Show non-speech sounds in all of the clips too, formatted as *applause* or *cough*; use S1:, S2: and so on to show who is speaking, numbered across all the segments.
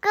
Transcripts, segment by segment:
S1: 哥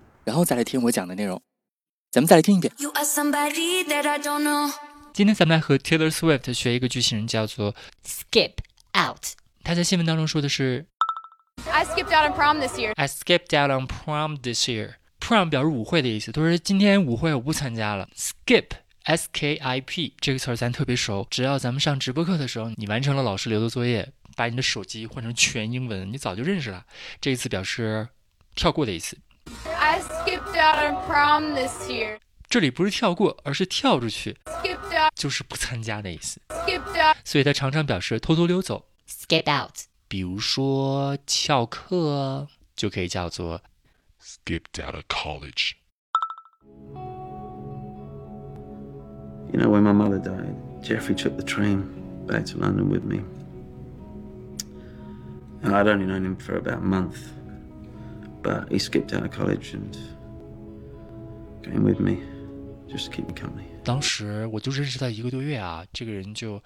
S2: 然后再来听我讲的内容。咱们再来听一遍。
S3: You are somebody that I don't know.
S4: 今天咱们来和 Taylor Swift 学一个句型，叫做
S5: skip out.
S4: 她在新闻当中说的是
S6: I skipped out on prom this year.
S4: "I skipped out on prom this year." Prom 表示舞会的意思，她说今天舞会我不参加了。Skip S K I P 这个词儿咱特别熟，只要咱们上直播课的时候，你完成了老师留的作业，把你的手机换成全英文，你早就认识了。这个词表示跳过的意思。
S6: I skipped out on prom this year.
S4: 这里不是跳过，而是跳出去，
S6: Skipped out,
S4: 就是不参加的意思。
S6: skipped out,
S4: 所以它常常表示偷偷溜走，
S5: Skip out.
S4: 比如说翘课就可以叫做
S7: skipped out of college.
S8: You know, when my mother died, Jeffrey took the train back to London with me. And I'd only known him for about a month, but he skipped out of college and came with me just to keep me company.
S4: 当时我就认识他一个多月啊，这个人就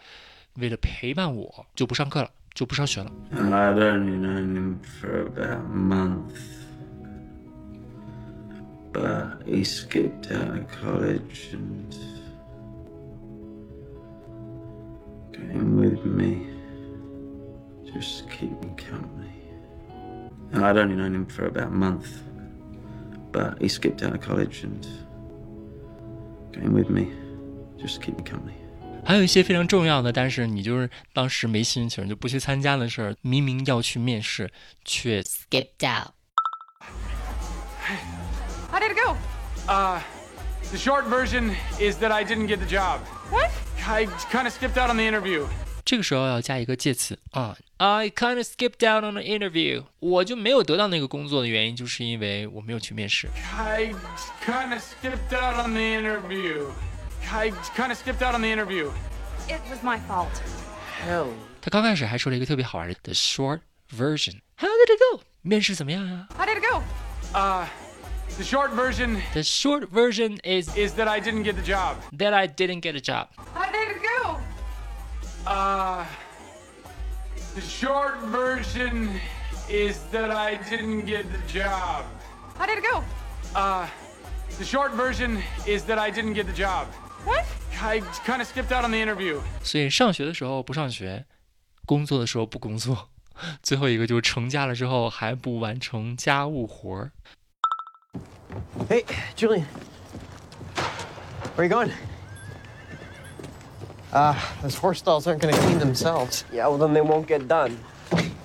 S4: 为了陪伴我，就不上课了，就不上学了。
S8: And I'd only known him for about a month, but he skipped out of college and came with me just to keep me company. And I'd only known him for about a month, but he skipped out of college and came with me just to keep me company.
S4: 还有一些非常重要的，但是你就是当时没心情就不去参加的事儿，明明要去面试，却
S5: Skipped out.
S6: How did it go?
S9: Uh, the short version is that I didn't get the job.
S6: What?
S9: I kind of skipped out on the interview.
S4: 这个时候要加一个介词啊。I kind of skipped out on the interview，我就没有得到那个工作的原因，就是因为我没有去面试。
S9: I kind of skipped out on the interview. I kind of skipped out on the interview.
S6: It was my fault.
S4: 他刚开始还说了一个特别好玩的 the short version。How did it go？面试怎么样啊呀、
S6: How did it go?
S9: Uh, the short version
S4: t h e short version is
S9: is that I didn't get the job.
S4: that I didn't get a job。
S6: How did it go?
S9: Uh, the short version is that I didn't get the job.
S6: How did it go?
S9: Uh, the short version is that I didn't get the job.
S6: What?
S9: I kind of skipped out on the interview.
S4: 所以上学的时候不上学，工作的时候不工作， *laughs* 最后一个就是成家了之后还不完成家务活儿。
S10: Hey, Julian. Where are you going? Uh, those horse stalls aren't gonna clean themselves. Yeah, well, then they won't get done.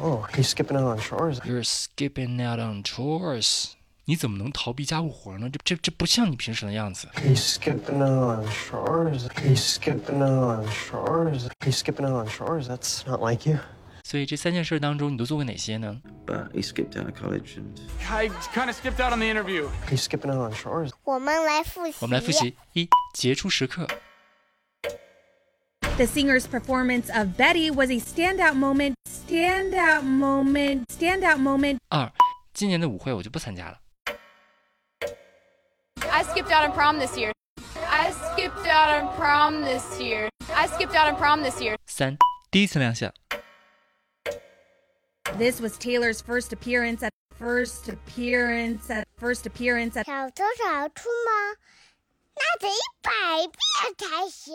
S10: Oh, you're skipping out on chores.
S4: You're skipping out on chores。你怎么能逃避家务活儿呢？这这这不像你平时的样子。
S10: Are you skipping out on chores? Are you skipping out on chores? Are you skipping out on chores? That's not like you.
S4: 所以这三件事当中，你都做过哪些呢？
S8: But he skipped out of college and
S9: I kind of skipped out on the interview.
S10: Are you skipping out on chores?
S11: 我们来复习，
S4: 我们来复。习：一、杰出时刻；
S12: The singer's performance of Betty was a standout moment, standout moment, standout moment.
S4: 二、今年的舞会我就不参加了；
S6: I skipped out on prom this year. I skipped out on prom this year. I skipped out on prom this year.
S4: 三、第一次亮相；
S12: This was Taylor's first appearance at first appearance at first appearance at
S1: 小偷小兔吗？那得一百遍才行。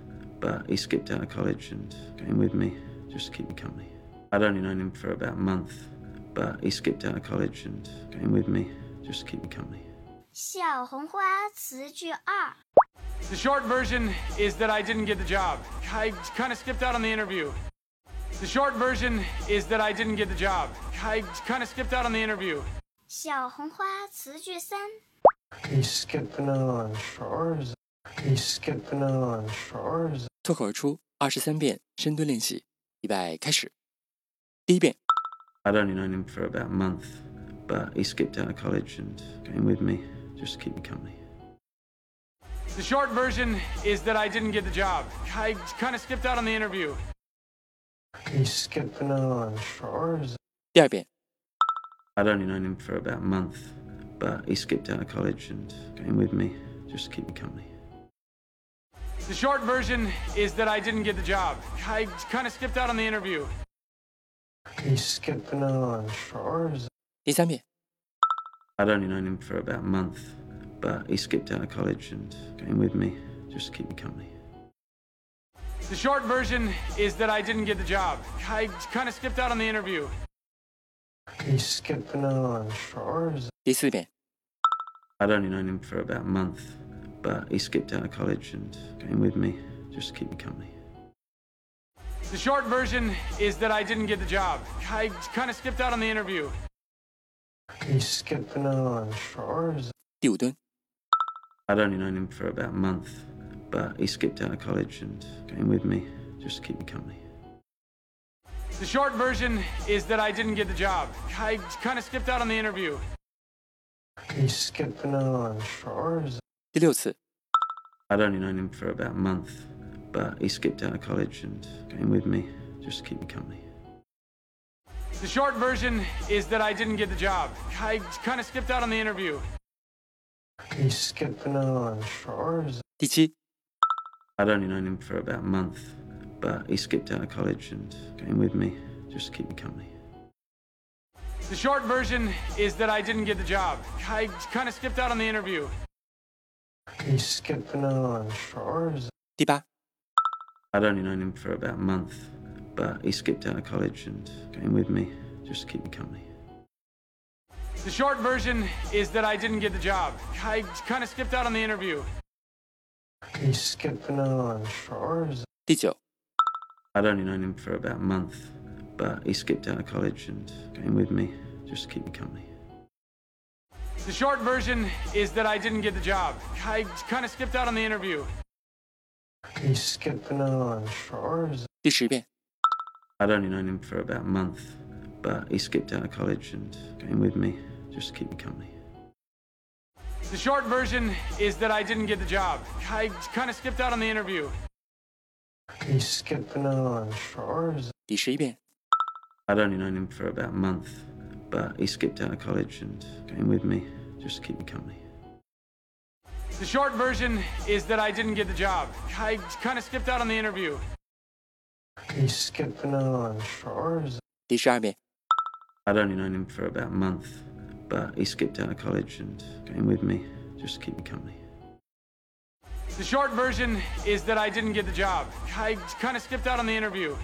S8: but he skipped out of college and came with me just to keep me company. I'd only known him for about a month, but he skipped out of college and came with me just to keep me company.
S13: 小红花词句二。
S9: The short version is that I didn't get the job. I kind of skipped out on the interview. The short version is that I didn't get the job. I kind of skipped out on the interview.
S13: 小红花词句三。
S10: He's skipping on shores. He's skipping on shores.
S2: 脱口而出二十三遍深蹲练习，预备开始。第一遍，
S8: I'd only known him for about a month, but he skipped out of college and came with me just to keep me company.
S9: The short version is that I didn't get the job. I kind of skipped out on the interview.
S10: He's skipping on shores.
S2: 第二遍，
S8: I'd only known him for about a month, but he skipped out of college and came with me just to keep me company.
S9: The short version is that I didn't get the job. I kind of skipped out on the interview.
S10: He's skipping on shores.
S2: 第三遍，
S8: I'd only known him for about a month, but he skipped out of college and came with me just to keep me company.
S9: The short version is that I didn't get the job. I kind of skipped out on the interview.
S10: He's skipping on shores.
S2: 第四遍，
S8: I'd only known him for about a month, but he skipped out of college and came with me just to keep me company.
S9: The short version is that I didn't get the job. I kind of skipped out on the interview.
S10: He's skipping on shores.
S2: 第五蹲，
S8: I'd only known him for about a month, but he skipped out of college and came with me just to keep me company.
S9: The short version is that I didn't get the job. I kind of skipped out on the interview.
S10: He's skipping on shores.
S2: 第六次，
S8: I'd only known him for about a month, but he skipped out of college and came with me just to keep me company.
S9: The short version is that I didn't get the job. I kind of skipped out on the interview.
S10: He's skipping on shores.
S2: 第七，
S8: I'd only known him for about a month, but he skipped out of college and came with me just to keep me company.
S9: The short version is that I didn't get the job. I kind of skipped out on the interview.
S10: He's skipping on shores.
S2: 第八，
S8: I'd only known him for about a month, but he skipped out of college and came with me just to keep me company.
S9: The short version is that I didn't get the job. I kind of skipped out on the interview.
S10: He's skipping on shores.
S2: 第九，
S8: I'd only known him for about a month, but he skipped out of college and came with me just to keep me company.
S9: The short version is that I didn't get the job. I kind of skipped out on the interview.
S10: He's skipping on shores.
S2: 第十遍，
S8: I'd only known him for about a month, but he skipped out of college and came with me just to keep me company.
S9: The short version is that I didn't get the job. I kind of skipped out on the interview.
S10: He's skipping on shores.
S2: 第十一遍，
S8: I'd only known him for about a month, but he skipped out of college and came with me just to keep me company.
S9: The short version is that I didn't get the job. I kind of skipped out on the interview.
S10: He's skipping on shores.
S2: 第十二遍，
S8: I'd only known him for about a month, but he skipped out of college and came with me just to keep me company.
S9: The short version is that I didn't get the job. I kind of skipped out on the interview.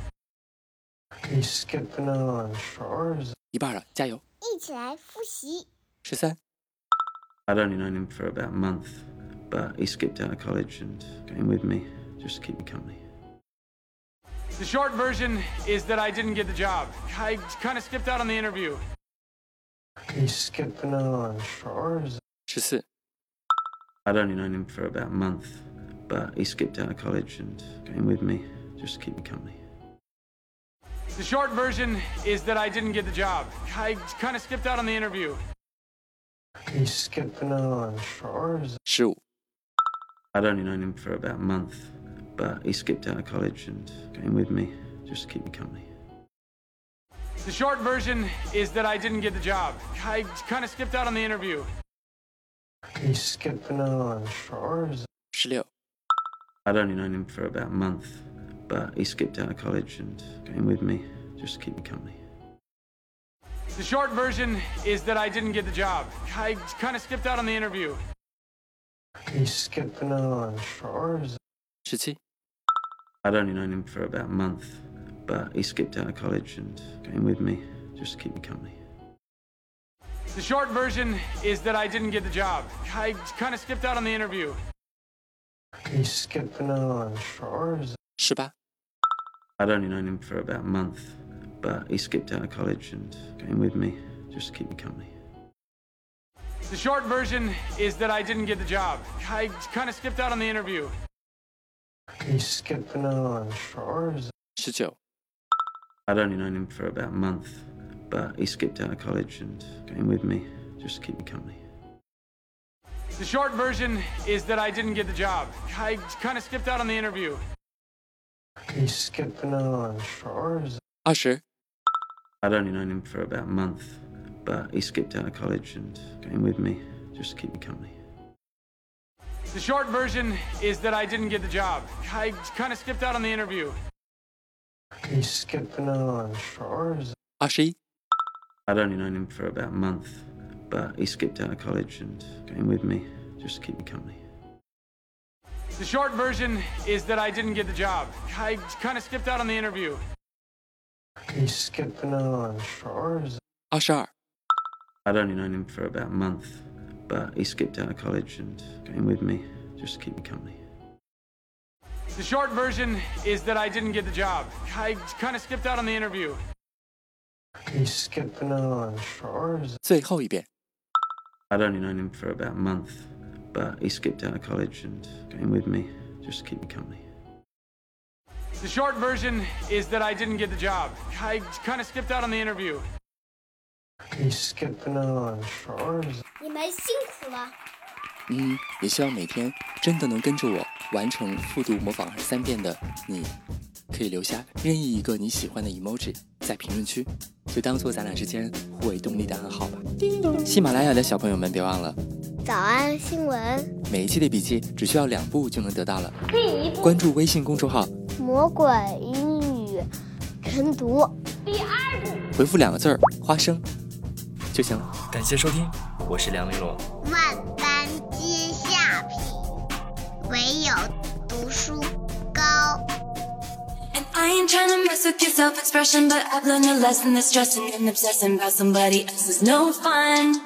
S10: He's skipping on shores.
S2: 一半了，加油！
S1: 一起来复习。
S2: 十三、
S8: I'd only known him for about a month, but he skipped out of college and came with me just to keep me company.
S9: The short version is that I didn't get the job. I kind of skipped out on the interview.
S10: He's skipping on shores.
S2: 十四、
S8: I'd only known him for about a month, but he skipped out of college and came with me just to keep me company.
S9: The short version is that I didn't get the job. I kind of skipped out on the interview.
S10: He's skipping on shores.
S2: 十五、
S8: I'd only known him for about a month, but he skipped out of college and came with me just to keep me company.
S9: The short version is that I didn't get the job. I kind of skipped out on the interview.
S10: He's skipping on shores.
S2: 十六、
S8: I'd only known him for about a month, but he skipped out of college and came with me just to keep me company.
S9: The short version is that I didn't get the job. I kind of skipped out on the interview.
S10: He's skipping on shores.
S2: 十七、
S8: I'd only known him for about a month, but he skipped out of college and came with me just to keep me company.
S9: The short version is that I didn't get the job. I kind of skipped out on the interview.
S10: He's skipping out on shores.
S4: 是吧？
S8: I'd only known him for about a month, but he skipped out of college and came with me just to keep me company.
S9: The short version is that I didn't get the job. I kind of skipped out on the interview.
S10: He's skipping out on shores.
S4: 十九、
S8: I'd only known him for about a month, but he skipped out of college and came with me just to keep me company.
S9: The short version is that I didn't get the job. I kind of skipped out on the interview.
S10: He's skipping out on shores.
S4: 二十、
S8: I'd only known him for about a month, but he skipped out of college and came with me just to keep me company.
S9: The short version is that I didn't get the job. I kind of skipped out on the interview.
S10: He's skipping out on shores.
S4: 二十一、
S8: I'd only known him for about a month, but he skipped out of college and came with me just to keep me company.
S9: The short version is that I didn't get the job. I kind of skipped out on the interview.
S10: He's skipping out on shores.
S4: 二十二、
S8: I'd only known him for about a month, but he skipped out of college and came with me just to keep me company.
S9: The short version is that I didn't get the job. I kind of skipped out on the interview.
S10: He's skipping out on shores.
S4: 最后一遍。
S8: I'd only known him for about a month, but he skipped out of college and came with me just to keep me company.
S9: The short version is that I didn't get the job. I kind of skipped out on the interview.
S10: He's skipping out on shores.
S11: 你们辛苦了。
S4: 嗯，也希望每天真的能跟着我完成复读模仿二十三遍的你，可以留下任意一个你喜欢的 emoji 在评论区，就当做咱俩之间互为动力的暗号吧。
S14: 叮咚。
S4: 喜马拉雅的小朋友们，别忘了
S15: 早安新闻，
S4: 每一期的笔记只需要两步就能得到了。
S15: 第一步
S4: 关注微信公众号，
S15: 魔鬼英语晨读，第二步
S4: 回复两个字儿“花生”就行了。感谢收听，我是梁丽罗。
S11: 万般皆下品，唯有读书高。
S5: And I ain't trying to mess with your self expression, but I've learned a lesson that's stressing and obsessing about somebody else is no fun.